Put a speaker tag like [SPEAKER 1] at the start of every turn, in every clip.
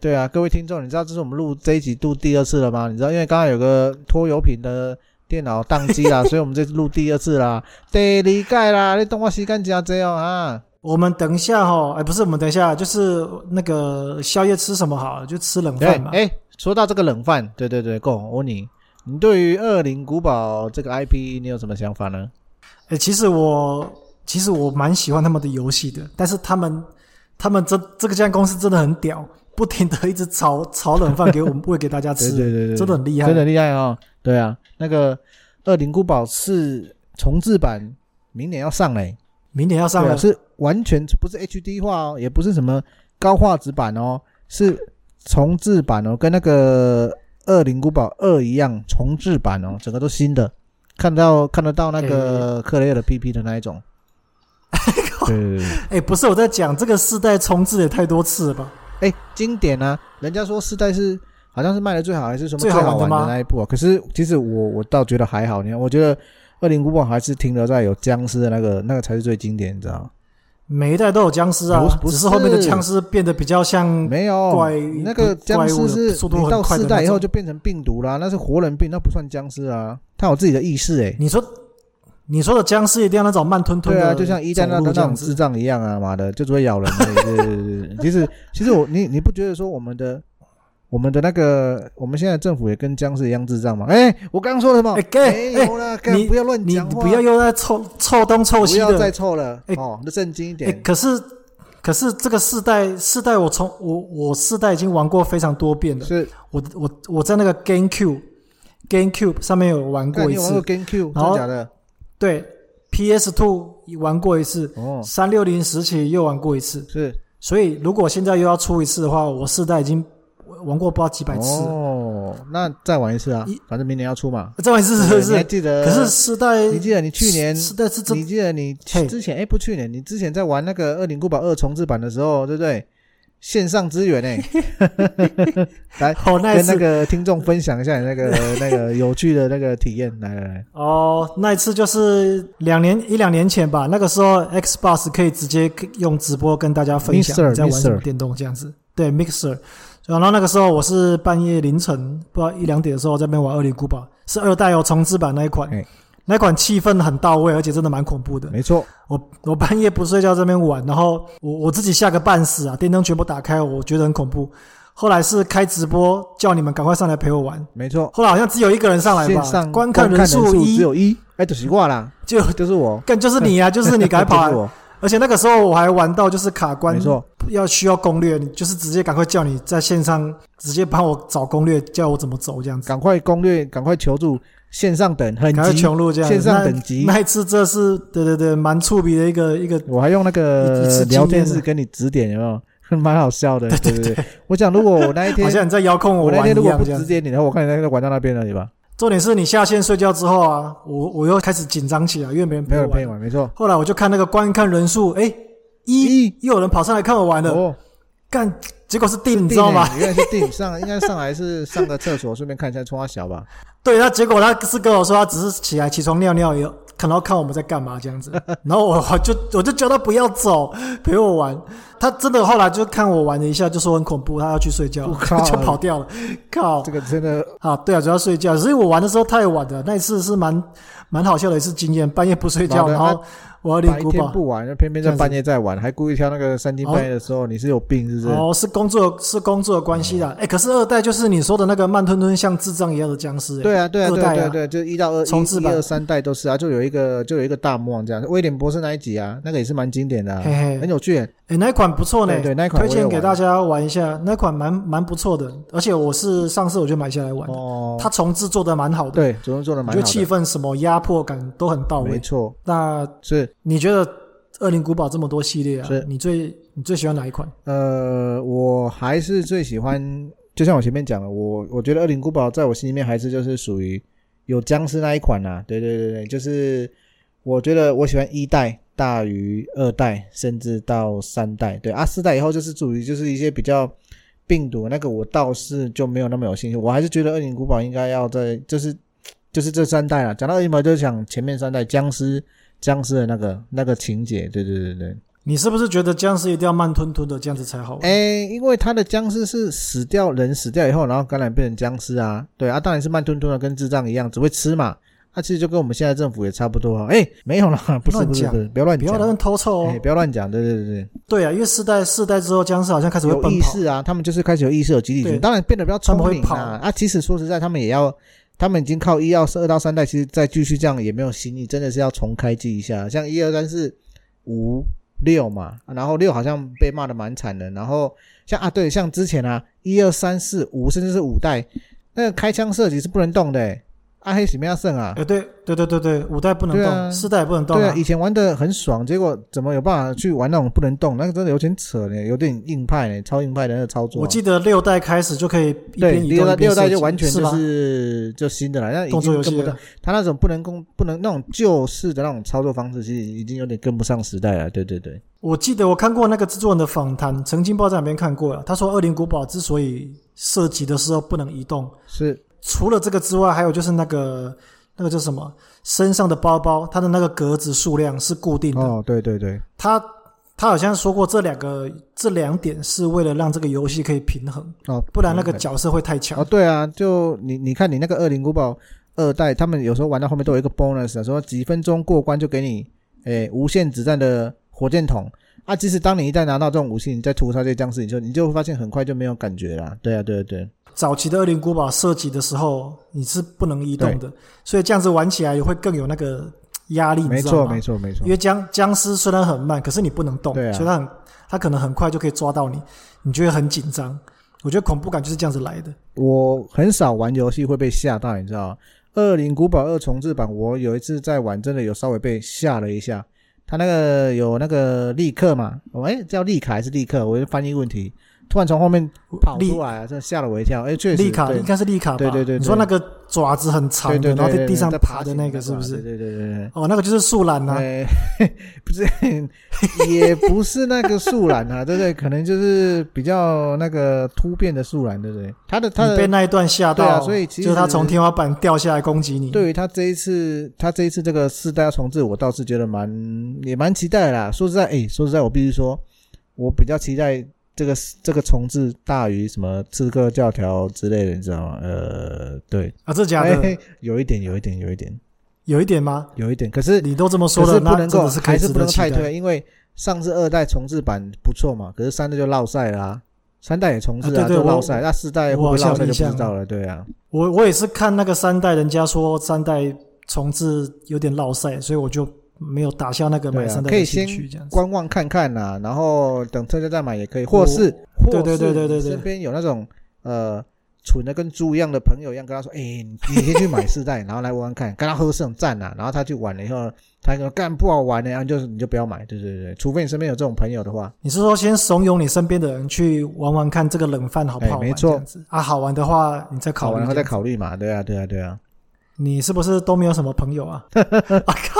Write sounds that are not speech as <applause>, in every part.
[SPEAKER 1] 对啊，各位听众，你知道这是我们录这一集录第二次了吗？你知道，因为刚刚有个拖油瓶的电脑宕机啦， <laughs> 所以我们这次录第二次啦。得理解啦，你动画时间加这样啊。
[SPEAKER 2] 我们等一下哈，哎，不是，我们等一下，就是那个宵夜吃什么好？就吃冷
[SPEAKER 1] 对
[SPEAKER 2] 饭，嘛。
[SPEAKER 1] 哎，说到这个冷饭，对对对，够，我问你，你对于《恶灵古堡》这个 IP 你有什么想法呢？
[SPEAKER 2] 哎，其实我其实我蛮喜欢他们的游戏的，但是他们他们这这个家公司真的很屌，不停的一直炒炒冷饭
[SPEAKER 1] <laughs>
[SPEAKER 2] 给我们喂给大家
[SPEAKER 1] 对
[SPEAKER 2] 吃，
[SPEAKER 1] 对对对，
[SPEAKER 2] 真的很厉害。
[SPEAKER 1] 真的厉害哦。对啊，那个《恶灵古堡》是重置版，明年要上嘞，
[SPEAKER 2] 明年要上
[SPEAKER 1] 对啊
[SPEAKER 2] 了，
[SPEAKER 1] 是完全不是 HD 化哦，也不是什么高画质版哦，是重置版哦，跟那个《恶灵古堡二》一样，重置版哦，整个都新的，看到看得到那个克雷尔的 PP 的那一
[SPEAKER 2] <laughs>
[SPEAKER 1] 种。对对对对。
[SPEAKER 2] 哎，不是我在讲这个世代重置也太多次了吧？
[SPEAKER 1] 哎，经典啊！人家说四代是好像是卖的最好，还是什么
[SPEAKER 2] 最好
[SPEAKER 1] 好
[SPEAKER 2] 玩的
[SPEAKER 1] 的
[SPEAKER 2] 吗
[SPEAKER 1] 那一部啊？可是其实我我倒觉得还好，你看，我觉得《恶灵古堡》还是停留在有僵尸的那个那个才是最经典，你知道吗？
[SPEAKER 2] 每一代都有僵尸啊
[SPEAKER 1] 不是，不
[SPEAKER 2] 只是后面的
[SPEAKER 1] 是
[SPEAKER 2] 僵尸变得比较像
[SPEAKER 1] 没有
[SPEAKER 2] 怪，
[SPEAKER 1] 那个僵
[SPEAKER 2] 怪物
[SPEAKER 1] 尸
[SPEAKER 2] 的
[SPEAKER 1] 是
[SPEAKER 2] 速度
[SPEAKER 1] 你
[SPEAKER 2] 很
[SPEAKER 1] 到
[SPEAKER 2] 快的
[SPEAKER 1] 四代以
[SPEAKER 2] 那
[SPEAKER 1] 后
[SPEAKER 2] 种
[SPEAKER 1] 就变成病毒啦，那是活人病，那不算僵尸啊，它有自己的意识哎、
[SPEAKER 2] 你说你说的僵尸一定要那种慢吞吞
[SPEAKER 1] 对
[SPEAKER 2] 的走路这
[SPEAKER 1] 啊，就像
[SPEAKER 2] 样子，
[SPEAKER 1] 一代那那种智障一样啊，妈的，就只会咬人而已。对对对
[SPEAKER 2] <laughs>
[SPEAKER 1] 对，其实其实我你你不觉得说我们的我们的那个我们现在政府也跟僵尸一样智障吗？哎，我刚刚说了吗
[SPEAKER 2] 哎？干
[SPEAKER 1] 没有啦，干
[SPEAKER 2] 你
[SPEAKER 1] 不要乱
[SPEAKER 2] 你
[SPEAKER 1] 讲
[SPEAKER 2] 你
[SPEAKER 1] 话，
[SPEAKER 2] 不要又在凑凑东凑
[SPEAKER 1] 不
[SPEAKER 2] 西
[SPEAKER 1] 要
[SPEAKER 2] 的。
[SPEAKER 1] 再凑了
[SPEAKER 2] 哎
[SPEAKER 1] 哦，那正经一
[SPEAKER 2] 哎
[SPEAKER 1] 点。
[SPEAKER 2] 可是可是这个世代世代我，从我我世代已经玩过非常多遍了。
[SPEAKER 1] 是，
[SPEAKER 2] 我我我在那个 GameCube GameCube 上面有玩
[SPEAKER 1] 看
[SPEAKER 2] 过
[SPEAKER 1] 你
[SPEAKER 2] 一
[SPEAKER 1] 有玩过
[SPEAKER 2] 次，
[SPEAKER 1] GameCube 真
[SPEAKER 2] 然后
[SPEAKER 1] 的假的？
[SPEAKER 2] 对 PS Two 玩过一次，
[SPEAKER 1] 哦，
[SPEAKER 2] 三六零时期又玩过一次。
[SPEAKER 1] 是
[SPEAKER 2] 所以如果现在又要出一次的话，我世代已经玩过不知道几百次了。
[SPEAKER 1] 哦，那再玩一次啊
[SPEAKER 2] 一，
[SPEAKER 1] 反正明年要出嘛。
[SPEAKER 2] 这玩意是是
[SPEAKER 1] 你还
[SPEAKER 2] 是，
[SPEAKER 1] 记得？
[SPEAKER 2] 可是世代
[SPEAKER 1] 你记得你去年
[SPEAKER 2] 世代是真
[SPEAKER 1] 你记得你去
[SPEAKER 2] 嘿
[SPEAKER 1] 之前哎、不去年你之前在玩那个《恶灵古堡二》重置版的时候，对不对？线上资源
[SPEAKER 2] <laughs>
[SPEAKER 1] 哎、
[SPEAKER 2] 哦，那一
[SPEAKER 1] 跟
[SPEAKER 2] 次
[SPEAKER 1] 那个听众分享一下你那
[SPEAKER 2] <laughs>
[SPEAKER 1] 个那个有趣的那个体验。来来来，
[SPEAKER 2] 哦，那一次就是两年一两年前吧，那个时候 Xbox 可以直接用直播跟大家分享
[SPEAKER 1] Mixer，
[SPEAKER 2] 你在玩什么
[SPEAKER 1] Mixer
[SPEAKER 2] 电动这样子。对，Mixer。然后那个时候我是半夜凌晨不知道一两点的时候在那边玩《恶灵古堡》，是二代哦重置版那一款
[SPEAKER 1] 哎，
[SPEAKER 2] 那一款气氛很到位，而且真的蛮恐怖的。
[SPEAKER 1] 没错，
[SPEAKER 2] 我我半夜不睡觉这边玩，然后我我自己吓个半死啊，电灯全部打开，我觉得很恐怖。后来是开直播叫你们赶快上来陪我玩，
[SPEAKER 1] 没错。
[SPEAKER 2] 后来好像只有一个人上来
[SPEAKER 1] 线
[SPEAKER 2] 吧，
[SPEAKER 1] 上
[SPEAKER 2] 观
[SPEAKER 1] 看
[SPEAKER 2] 看人
[SPEAKER 1] 数
[SPEAKER 2] 一
[SPEAKER 1] 只有一，哎、就习惯啦，
[SPEAKER 2] 就
[SPEAKER 1] 就是我，
[SPEAKER 2] 干就是你呀、就是你赶快
[SPEAKER 1] <laughs>
[SPEAKER 2] 跑
[SPEAKER 1] 就是
[SPEAKER 2] 啊！
[SPEAKER 1] 我，
[SPEAKER 2] 而且那个时候我还玩到就是卡关
[SPEAKER 1] 没，错，
[SPEAKER 2] 要需要攻略，你就是直接赶快叫你在线上直接帮我找攻略，叫我怎么走这样子，
[SPEAKER 1] 赶快攻略，赶快求助，线上等，很
[SPEAKER 2] 赶快
[SPEAKER 1] 急。
[SPEAKER 2] 穷路这样子。
[SPEAKER 1] 线上
[SPEAKER 2] 那
[SPEAKER 1] 等级
[SPEAKER 2] 那一次，这是对对对，蛮触鼻的一个一个
[SPEAKER 1] 我还用那
[SPEAKER 2] 一一
[SPEAKER 1] 个
[SPEAKER 2] 次经验啊
[SPEAKER 1] 聊天
[SPEAKER 2] 的
[SPEAKER 1] 室跟你指点，有没 <laughs> 有？蛮好笑的，对对对。我想，如果我那一天
[SPEAKER 2] 好像你在遥控
[SPEAKER 1] 我那
[SPEAKER 2] 玩一
[SPEAKER 1] 天如果
[SPEAKER 2] 样
[SPEAKER 1] 不
[SPEAKER 2] 这样
[SPEAKER 1] 指
[SPEAKER 2] 子。
[SPEAKER 1] 点你的话，我看你那天玩到那边了，对吧？
[SPEAKER 2] 重点是你下线睡觉之后啊，我我又开始紧张起来，因为没人
[SPEAKER 1] 没
[SPEAKER 2] 陪
[SPEAKER 1] 有
[SPEAKER 2] 我
[SPEAKER 1] 人陪你
[SPEAKER 2] 玩。
[SPEAKER 1] 玩，没错。
[SPEAKER 2] 后来我就看那个观看人数，哎，一
[SPEAKER 1] 一
[SPEAKER 2] 又有人跑上来看我玩了，
[SPEAKER 1] 哦，
[SPEAKER 2] 干，结果是定，你
[SPEAKER 1] 你
[SPEAKER 2] 知道吗？？
[SPEAKER 1] 原来是定欸上，应该上来是上个厕所，顺便看一下冲他小吧。
[SPEAKER 2] 对，他结果他是跟我说，他只是起来起床尿尿，也可能要看我们在干嘛
[SPEAKER 1] <laughs>
[SPEAKER 2] 这样子。然后我我就我就叫他不要走，陪我玩。他真的后来就看我玩了一下，就说很恐怖，他要去睡觉，
[SPEAKER 1] 我靠
[SPEAKER 2] 就跑掉了。靠
[SPEAKER 1] 这！个真的，
[SPEAKER 2] 啊，对啊，主要睡觉。所以我玩的时候太晚了，那一次是蛮蛮好笑的一次经验，半夜不睡
[SPEAKER 1] 妈
[SPEAKER 2] 觉，
[SPEAKER 1] 的
[SPEAKER 2] 然后我要练
[SPEAKER 1] 白
[SPEAKER 2] 古
[SPEAKER 1] 天
[SPEAKER 2] 堡。
[SPEAKER 1] 不玩，偏偏在半夜在玩，还故意挑那个三更半夜的时候，你是有病是不是？
[SPEAKER 2] 哦，是工作是工作的关系
[SPEAKER 1] 嗯
[SPEAKER 2] 啦。哎、可是二代就是你说的那个慢吞吞像智障一样的僵尸、哎
[SPEAKER 1] 对啊，对啊，
[SPEAKER 2] 二
[SPEAKER 1] 对
[SPEAKER 2] 代
[SPEAKER 1] 啊
[SPEAKER 2] 啊
[SPEAKER 1] 对啊对啊，就一到二、
[SPEAKER 2] 重置
[SPEAKER 1] 一、一
[SPEAKER 2] 版
[SPEAKER 1] 二、三代都是啊，就有一个就有一个大魔王这样。威廉博士那一集啊，那个也是蛮经典的啊，
[SPEAKER 2] 嘿嘿
[SPEAKER 1] 很有趣。
[SPEAKER 2] 哎、那一款不错呢，
[SPEAKER 1] 对对那一款我
[SPEAKER 2] 推
[SPEAKER 1] 也
[SPEAKER 2] 荐给
[SPEAKER 1] 玩
[SPEAKER 2] 大家玩一下，那款蛮蛮不错的，而且我是上次我就买下来玩，
[SPEAKER 1] 哦，
[SPEAKER 2] 它重置做的蛮好的，
[SPEAKER 1] 对，主任做的
[SPEAKER 2] 我
[SPEAKER 1] 蛮
[SPEAKER 2] 觉
[SPEAKER 1] 好
[SPEAKER 2] 得气
[SPEAKER 1] 的，
[SPEAKER 2] 氛什么压迫感都很到
[SPEAKER 1] 没
[SPEAKER 2] 位。
[SPEAKER 1] 错，
[SPEAKER 2] 那
[SPEAKER 1] 是
[SPEAKER 2] 你觉得《恶灵古堡》这么多系列啊
[SPEAKER 1] 是，
[SPEAKER 2] 你最你最喜欢哪一款？
[SPEAKER 1] 呃，我还是最喜欢，就像我前面讲的，我我觉得《恶灵古堡》在我心里面还是就是属于有僵尸那一款啦、啊对对对对，就是我觉得我喜欢一代大于二代，甚至到三代。对啊，四代以后就是属于就是一些比较病毒那个，我倒是就没有那么有兴趣。我还是觉得《恶灵古堡》应该要在就是就是这三代啦。讲到《恶灵古堡》，就想前面三代僵尸僵尸的那个那个情节。对对对对，
[SPEAKER 2] 你是不是觉得僵尸一定要慢吞吞的这样子才好玩？啊
[SPEAKER 1] 哎、因为他的僵尸是死掉人死掉以后，然后感染变成僵尸啊，对啊，当然是慢吞吞的，跟智障一样，只会吃嘛。他、其实就跟我们现在政府也差不多啊。哎、没有啦，不是
[SPEAKER 2] 乱
[SPEAKER 1] 不是
[SPEAKER 2] 讲
[SPEAKER 1] 不是，不要乱
[SPEAKER 2] 不要
[SPEAKER 1] 讲，
[SPEAKER 2] 乱偷臭
[SPEAKER 1] 哎、
[SPEAKER 2] 哦。
[SPEAKER 1] 不要乱讲，对对对对，
[SPEAKER 2] 对啊，因为世代世代之后，僵尸好像开始会
[SPEAKER 1] 有
[SPEAKER 2] 奔
[SPEAKER 1] 意
[SPEAKER 2] 跑。
[SPEAKER 1] 识啊，他们就是开始有意识，有集体
[SPEAKER 2] 对
[SPEAKER 1] 性，当然变得比较聪明
[SPEAKER 2] 他
[SPEAKER 1] 啦、
[SPEAKER 2] 们会
[SPEAKER 1] 啊。其实说实在，他们也要，他们已经靠一到二到三代，其实再继续这样也没有新意，真的是要重开机一下。像一二三四五六嘛，然后六好像被骂的蛮惨的，然后像啊对，像之前啊一二三四五甚至是五代，那个开枪射击是不能动的、欸，暗、黑什么样胜啊？
[SPEAKER 2] 哎，对对对对对，五代不能
[SPEAKER 1] 对
[SPEAKER 2] 动，
[SPEAKER 1] 啊
[SPEAKER 2] 四代也不能动
[SPEAKER 1] 对啊，以前玩的很爽，结果怎么有办法去玩那种不能动？那个真的有点扯呢，有点硬派呢，超硬派的那个操作啊、
[SPEAKER 2] 我记得六代开始就可以一
[SPEAKER 1] 对，
[SPEAKER 2] 边移
[SPEAKER 1] 六
[SPEAKER 2] 动
[SPEAKER 1] 代
[SPEAKER 2] 一边
[SPEAKER 1] 六代
[SPEAKER 2] 射击
[SPEAKER 1] 就完全
[SPEAKER 2] 是
[SPEAKER 1] 就
[SPEAKER 2] 吧？
[SPEAKER 1] 是就新的了，那已
[SPEAKER 2] 动
[SPEAKER 1] 经
[SPEAKER 2] 作游
[SPEAKER 1] 跟
[SPEAKER 2] 戏
[SPEAKER 1] 不
[SPEAKER 2] 了
[SPEAKER 1] 上。他那种不能攻不能那种旧式的那种操作方式，其实已经有点跟不上时代了。对对对，
[SPEAKER 2] 我记得我看过那个制作人的访谈，曾经不知道在哪边看过了。他说，《恶灵古堡》之所以射击的时候不能移动，
[SPEAKER 1] 是
[SPEAKER 2] 除了这个之外，还有就是那个那个叫什么，身上的包包，它的那个格子数量是固定的。
[SPEAKER 1] 哦，对对对，
[SPEAKER 2] 他他好像说过，这两个这两点是为了让这个游戏可以平衡，
[SPEAKER 1] 哦，
[SPEAKER 2] 不然那个
[SPEAKER 1] 对
[SPEAKER 2] 角色会太强。
[SPEAKER 1] 哦，对啊，就你你看你那个《恶灵古堡》二代，他们有时候玩到后面都有一个 bonus，啊说几分钟过关就给你诶无限子弹的火箭筒啊。即使当你一旦拿到这种武器，你在屠杀这些僵尸，你就你就会发现很快就没有感觉啦。对啊，对啊对啊
[SPEAKER 2] 早期的《恶灵古堡》射击的时候，你是不能移动的，所以这样子玩起来也会更有那个嘖压力，
[SPEAKER 1] 没
[SPEAKER 2] 你知道
[SPEAKER 1] 错
[SPEAKER 2] 吗？
[SPEAKER 1] 没错没错
[SPEAKER 2] 因。为僵僵尸虽然很慢，可是你不能动，
[SPEAKER 1] 对啊
[SPEAKER 2] 所以它很它可能很快就可以抓到你，你就会很紧张。我觉得恐怖感就是这样子来的。
[SPEAKER 1] 我很少玩游戏会被吓到，你知道吗？《恶灵古堡二》重置版，我有一次在玩，真的有稍微被吓了一下。他那个有那个立刻嘛，哦哎、叫立卡还是立刻？我就翻译问题，突然从后面跑
[SPEAKER 2] 利
[SPEAKER 1] 出来啊，真的吓了我一跳。哎、确实，
[SPEAKER 2] 利卡
[SPEAKER 1] 对
[SPEAKER 2] 应该是利卡吧？
[SPEAKER 1] 对对对对
[SPEAKER 2] 你说那个爪子很长
[SPEAKER 1] 对
[SPEAKER 2] 的，
[SPEAKER 1] 对对
[SPEAKER 2] 然后在
[SPEAKER 1] 对
[SPEAKER 2] 地上
[SPEAKER 1] 在
[SPEAKER 2] 爬的
[SPEAKER 1] 行
[SPEAKER 2] 那个，是不是？
[SPEAKER 1] 啊对对对对对。
[SPEAKER 2] 哦，那个就是树懒啊。
[SPEAKER 1] 哎， <laughs> 不是，也不是那个树懒啊，对不对？可能就是比较那个突变的树懒，对不对？它的它
[SPEAKER 2] 你
[SPEAKER 1] 的
[SPEAKER 2] 被那一段吓到，
[SPEAKER 1] 对啊所以其实
[SPEAKER 2] 就是他从天花板掉下来攻击你。
[SPEAKER 1] 对于他这一次，他这一次这个四代重置，我倒是觉得蛮也蛮期待啦。说实在，哎，说实在，我必须说，我比较期待这个这个重置大于什么刺客教条之类的，你知道吗？呃，对，
[SPEAKER 2] 啊，这假的，
[SPEAKER 1] 哎，有一点，有一点，有一点，
[SPEAKER 2] 有一点吗？
[SPEAKER 1] 有一点。可是
[SPEAKER 2] 你都这么
[SPEAKER 1] 可
[SPEAKER 2] 说
[SPEAKER 1] 是
[SPEAKER 2] 了，
[SPEAKER 1] 不
[SPEAKER 2] 那
[SPEAKER 1] 能
[SPEAKER 2] 真
[SPEAKER 1] 够
[SPEAKER 2] 的是可以
[SPEAKER 1] 还是
[SPEAKER 2] 值
[SPEAKER 1] 不
[SPEAKER 2] 得
[SPEAKER 1] 能
[SPEAKER 2] 期
[SPEAKER 1] 太
[SPEAKER 2] 待。
[SPEAKER 1] 推，因为上次二代重置版不错嘛，可是三代就落赛啦、三代也重置
[SPEAKER 2] 啊对对
[SPEAKER 1] 就
[SPEAKER 2] 我
[SPEAKER 1] 落赛，那四代会不
[SPEAKER 2] 我好
[SPEAKER 1] 会
[SPEAKER 2] 像
[SPEAKER 1] 落赛就
[SPEAKER 2] 有印
[SPEAKER 1] 不
[SPEAKER 2] 象
[SPEAKER 1] 知道了。对啊，
[SPEAKER 2] 我我也是看那个三代，人家说三代重置有点落赛，所以我就没有打消那个
[SPEAKER 1] 对
[SPEAKER 2] 买
[SPEAKER 1] 啊
[SPEAKER 2] 三代
[SPEAKER 1] 可以
[SPEAKER 2] 的兴
[SPEAKER 1] 先
[SPEAKER 2] 趣。这样子，
[SPEAKER 1] 观望看看啦、然后等特价再买也可以，或是或
[SPEAKER 2] 对
[SPEAKER 1] 是
[SPEAKER 2] 对对对对
[SPEAKER 1] 你
[SPEAKER 2] 对
[SPEAKER 1] 身边有那种呃蠢的跟猪一样的朋友一样，跟他说，哎、你你先去买四代， <laughs> 然后来玩玩看，跟他喝胜战啦、然后他去玩了以后，他说干不好玩的、然后就是你就不要买，对对对，除非你身边有这种朋友的话，
[SPEAKER 2] 你是说先怂恿你身边的人去玩玩看这个冷饭好不好
[SPEAKER 1] 哎
[SPEAKER 2] 玩？
[SPEAKER 1] 没错
[SPEAKER 2] 这样子啊，好玩的话你再
[SPEAKER 1] 好
[SPEAKER 2] 考
[SPEAKER 1] 玩
[SPEAKER 2] 虑这
[SPEAKER 1] 后
[SPEAKER 2] 样
[SPEAKER 1] 再
[SPEAKER 2] 子。
[SPEAKER 1] 考虑嘛，对啊对啊对
[SPEAKER 2] <laughs>
[SPEAKER 1] 啊，
[SPEAKER 2] 你是不是都没有什么朋友啊？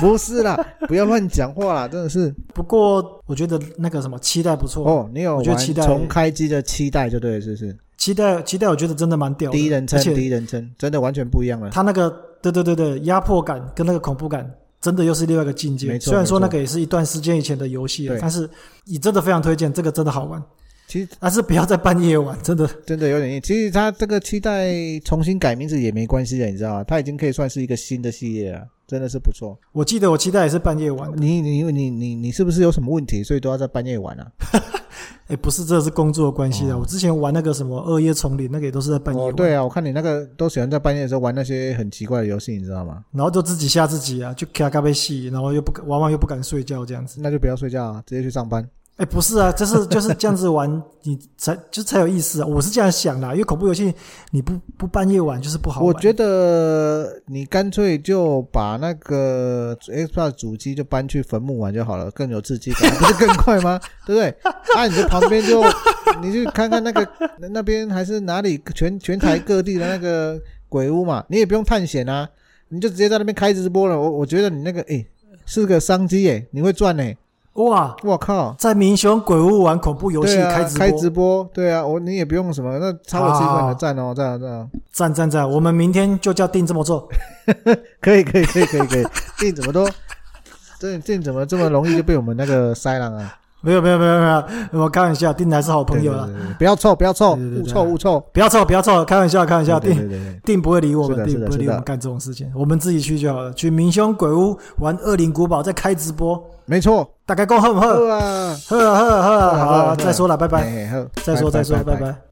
[SPEAKER 1] 不是啦，不要乱讲话啦，真的是
[SPEAKER 2] 不过我觉得那个什么期待不错，
[SPEAKER 1] 哦，你有
[SPEAKER 2] 我觉得
[SPEAKER 1] 玩
[SPEAKER 2] 期待
[SPEAKER 1] 重开机的期待就对了，是不是？
[SPEAKER 2] 期待期待，我觉得真的蛮屌的。
[SPEAKER 1] 第一人称
[SPEAKER 2] 而且
[SPEAKER 1] 第一人称真的完全不一样了，
[SPEAKER 2] 他那个对对对对压迫感跟那个恐怖感，真的又是另外一个境界。
[SPEAKER 1] 没错
[SPEAKER 2] 虽然说
[SPEAKER 1] 没
[SPEAKER 2] 那
[SPEAKER 1] 错
[SPEAKER 2] 个也是一段时间以前的游戏了，
[SPEAKER 1] 对
[SPEAKER 2] 但是你真的非常推荐，这个真的好玩，
[SPEAKER 1] 其实。
[SPEAKER 2] 啊但是不要在半夜玩，真的。
[SPEAKER 1] 真的有点硬。其实他这个期待重新改名字也没关系的，啊你知道吗？他已经可以算是一个新的系列了，真的是不错。
[SPEAKER 2] 我记得我期待也是半夜玩的，
[SPEAKER 1] 你你你你你是不是有什么问题，所以都要在半夜玩啊？
[SPEAKER 2] 哎，不是，这是工作的关系啊。
[SPEAKER 1] 哦
[SPEAKER 2] 我之前玩那个什么《恶夜丛林》，那个也都是在半夜玩，
[SPEAKER 1] 哦，对啊，我看你那个都喜欢在半夜的时候玩那些很奇怪的游戏，你知道吗？
[SPEAKER 2] 然后就自己吓自己啊，就卡咖啡戏，然后又不敢玩完又不敢睡觉这样子。
[SPEAKER 1] 那就不要睡觉啊，直接去上班。
[SPEAKER 2] 哎，不是啊，这是就是这样子玩，你才就才有意思啊！我是这样想的啊，因为恐怖游戏你不不半夜玩就是不好玩。
[SPEAKER 1] 我觉得你干脆就把那个 Xbox 主机就搬去坟墓玩就好了，更有刺激感，不是更快
[SPEAKER 2] <laughs>
[SPEAKER 1] 吗？对不对？啊，你就旁边就你去看看那个那边还是哪里，全全台各地的那个鬼屋嘛，你也不用探险啊，你就直接在那边开直播了。我我觉得你那个诶是个商机诶，你会赚诶。
[SPEAKER 2] 哇，
[SPEAKER 1] 我靠！
[SPEAKER 2] 在民雄鬼屋玩恐怖游戏
[SPEAKER 1] 对啊，
[SPEAKER 2] 开直播，
[SPEAKER 1] 直播，对啊，我你也不用什么，那超我吃一份
[SPEAKER 2] 好
[SPEAKER 1] 的赞哦，赞啊赞啊！
[SPEAKER 2] 赞赞赞！我们明天就叫定这么做。 <laughs>
[SPEAKER 1] 可以可以可以可以可以，电怎么都，这电怎么这么容易就被我们那个塞了啊？
[SPEAKER 2] 没有没有没有没有，我开玩笑，定还是好朋友啦啊
[SPEAKER 1] 对，对对对不要凑，不要凑，
[SPEAKER 2] 对对对
[SPEAKER 1] 勿凑勿凑。
[SPEAKER 2] 不要凑不要凑，开玩笑开玩笑，
[SPEAKER 1] 对对
[SPEAKER 2] 定
[SPEAKER 1] 对对，
[SPEAKER 2] 定不会理我
[SPEAKER 1] 是
[SPEAKER 2] 们，
[SPEAKER 1] 的
[SPEAKER 2] 定
[SPEAKER 1] 是的
[SPEAKER 2] 不会理
[SPEAKER 1] 是的
[SPEAKER 2] 我们干这种事情，我们自己去就好了。去明凶鬼屋玩恶灵古堡，再开直播，
[SPEAKER 1] 没错。
[SPEAKER 2] 大概够恨不恨？
[SPEAKER 1] 哇，
[SPEAKER 2] 喝啊喝啊喝
[SPEAKER 1] 好
[SPEAKER 2] 啊！好
[SPEAKER 1] 啊好啊
[SPEAKER 2] 啊，再说了，拜拜，
[SPEAKER 1] 哎，好
[SPEAKER 2] 再说再说，拜
[SPEAKER 1] 拜。
[SPEAKER 2] 拜。